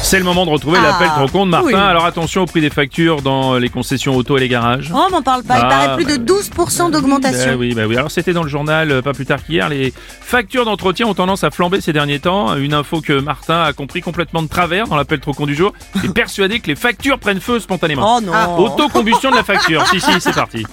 C'est le moment de retrouver Ah, l'appel trop con de Martin. oui. Alors attention au prix des factures dans les concessions auto et les garages. Oh, m'en parle pas, il Ah, paraît plus de 12% Bah d'augmentation. oui, bah oui. Alors c'était dans le journal euh, pas plus tard qu'hier. Les factures d'entretien ont tendance à flamber ces derniers temps. Une info que Martin a compris complètement de travers dans l'appel trop con du jour. Il est persuadé que les factures prennent feu spontanément. Oh non. Autocombustion de la facture. si si, c'est parti.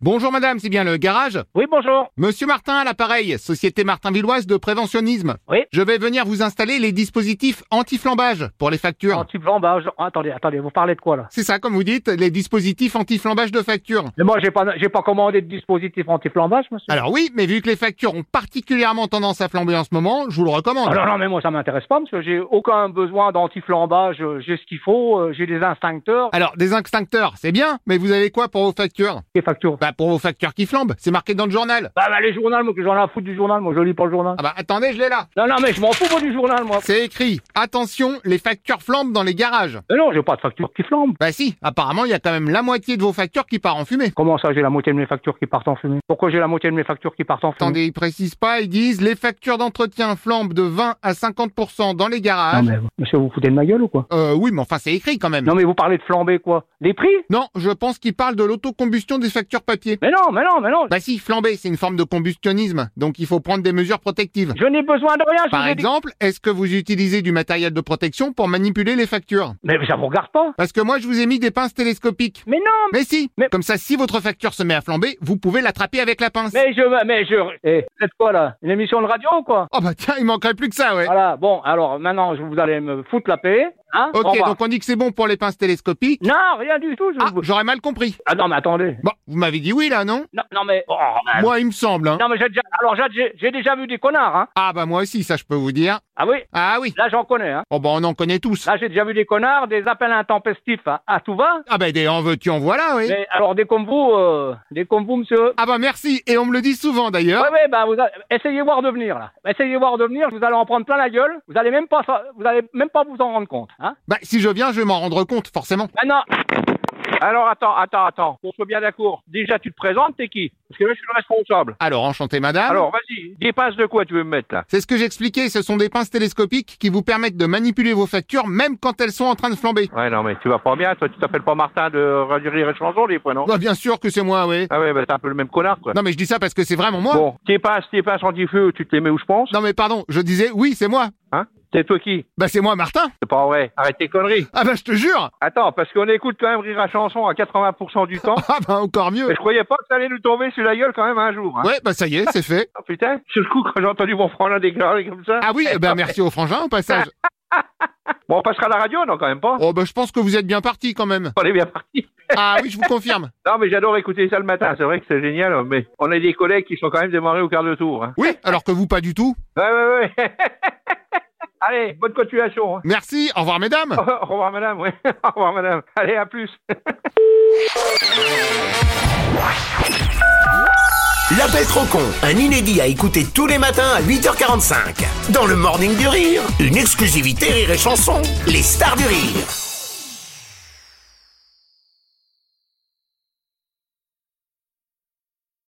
Bonjour madame, c'est bien le garage Oui, bonjour. Monsieur Martin à l'appareil, Société Martin Villoise de préventionnisme. Oui. Je vais venir vous installer les dispositifs anti-flambage pour les factures. Anti-flambage. bah, Ah, Attendez, attendez, vous parlez de quoi là C'est ça comme vous dites, les dispositifs anti-flambage de factures. Mais moi, j'ai pas, j'ai pas commandé de dispositif anti-flambage, monsieur. Alors oui, mais vu que les factures ont particulièrement tendance à flamber en ce moment, je vous le recommande. Ah non, non, mais moi, ça m'intéresse pas, monsieur. J'ai aucun besoin d'anti-flambage. Euh, J'ai ce qu'il faut. euh, J'ai des instincteurs. Alors, des extincteurs, c'est bien, mais vous avez quoi pour vos factures Des factures. Bah, pour vos factures qui flambent, c'est marqué dans le journal. Bah, bah, les journaux, moi, que j'en ai à foutre du journal. Moi, je lis pas le journal. Ah bah, attendez, je l'ai là. Non, non, mais je m'en fous, moi, du journal, moi. C'est écrit, attention, les factures flambent dans les garages. Mais non, j'ai pas de factures qui flambent. Bah si, apparemment, il y a quand même la moitié de vos factures qui part en fumée. Comment ça, j'ai la moitié de mes factures qui partent en fumée Pourquoi j'ai la moitié de mes factures qui partent en fumée Attendez, ils précisent pas, ils disent, les factures d'entretien flambent de 20 à 50% dans les Non, garages. mais monsieur, vous vous foutez de ma gueule ou quoi Euh, oui, mais enfin, c'est écrit quand même. Non, mais vous parlez de flamber, quoi Des prix Non, je pense qu'ils parlent de l'autocombustion des factures papier. Mais non, mais non, mais non. Bah si, flamber, c'est une forme de combustionnisme, donc il faut prendre des mesures protectives. Je n'ai besoin de rien. je Par vous ai dit- exemple, est-ce que vous utilisez du matériel de protection pour manipuler les factures Mais ça vous regarde pas. Parce que moi, je vous ai mis des pinces télescopiques. Mais non, Mais si Mais- Comme ça, si votre facture se met à flamber, vous pouvez l'attraper avec la pince. Mais je, mais je, eh, c'est quoi là Une émission de radio ou quoi Oh bah tiens, il manquerait plus que ça, ouais. Voilà, bon, alors maintenant, je vous allez me foutre la paix, hein Au Ok, revoir. donc on dit que c'est bon pour les pinces télescopiques. Non, rien du tout, je Ah, vous... j'aurais mal compris. Ah non, mais attendez. Bon, vous m'avez dit oui, là, non Non, non, mais... oh, euh, Moi, il me semble, hein. Non, mais j'ai déjà... Alors, j'ai- j'ai j'ai déjà vu des connards, hein Ah bah moi aussi, ça je peux vous dire. Ah oui Ah oui. Là, j'en connais, hein Oh bah on en connaît tous. Là, j'ai déjà vu des connards, des appels intempestifs hein, à tout va. Ah bah des en veux-tu, en voilà, oui. Mais alors, des comme vous, euh, des comme vous, monsieur... Ah bah merci, et on me le dit souvent Ouais, d'ailleurs. ouais, bah, vous a- essayez voir de venir, là. Essayez voir de venir, vous allez en prendre plein la gueule. Vous allez même pas, vous allez même pas vous en rendre compte, hein Bah si je viens, je vais m'en rendre compte, forcément. Ah non Alors attends, attends, attends, qu'on soit bien d'accord. Déjà, tu te présentes, t'es qui Parce que là, je suis le responsable. Alors, enchanté madame. Alors, vas-y, dépasse de quoi tu veux me mettre là C'est ce que j'expliquais, ce sont des pinces télescopiques qui vous permettent de manipuler vos factures même quand elles sont en train de flamber. Ouais, non, mais tu vas pas bien, toi, tu t'appelles pas Martin de Radio Rire et Chanson, des fois, non Bah bien sûr que c'est moi, oui. Ah ouais, bah t'es un peu le même connard, quoi. Non mais je dis ça parce que c'est vraiment moi. Bon, t'épasses, t'épasses anti-feu, tu te les mets où je pense Non mais pardon, je disais oui, c'est moi. Hein C'est toi qui Bah c'est moi Martin. C'est pas vrai, arrête tes conneries Ah bah je te jure. Attends, parce qu'on écoute quand même Rire à Chanson à 80% du temps, Ah bah encore mieux. mais je croyais pas que ça allait nous tomber sur la gueule quand même un jour, hein. Ouais, bah ça y est, c'est fait. Oh, putain, sur le coup, quand j'ai entendu mon frangin déclarer comme ça... Ah oui, eh ben merci au frangin au passage. Bon, on passera à la radio, non, quand même pas Oh bah je pense que vous êtes bien parti quand même. On est bien parti. Ah oui, je vous confirme. Non, mais j'adore écouter ça le matin. C'est vrai que c'est génial, mais on a des collègues qui sont quand même démarrés au quart de tour. Hein. Oui, alors que vous pas du tout. Ouais, ouais, ouais. Allez, bonne continuation. hein. Merci, au revoir mesdames. Au revoir, madame. Ouais. Au revoir, madame. Allez, à plus. L'appel trop con, un inédit à écouter tous les matins à 8h45. Dans le Morning du Rire, une exclusivité Rire et Chanson, les stars du rire.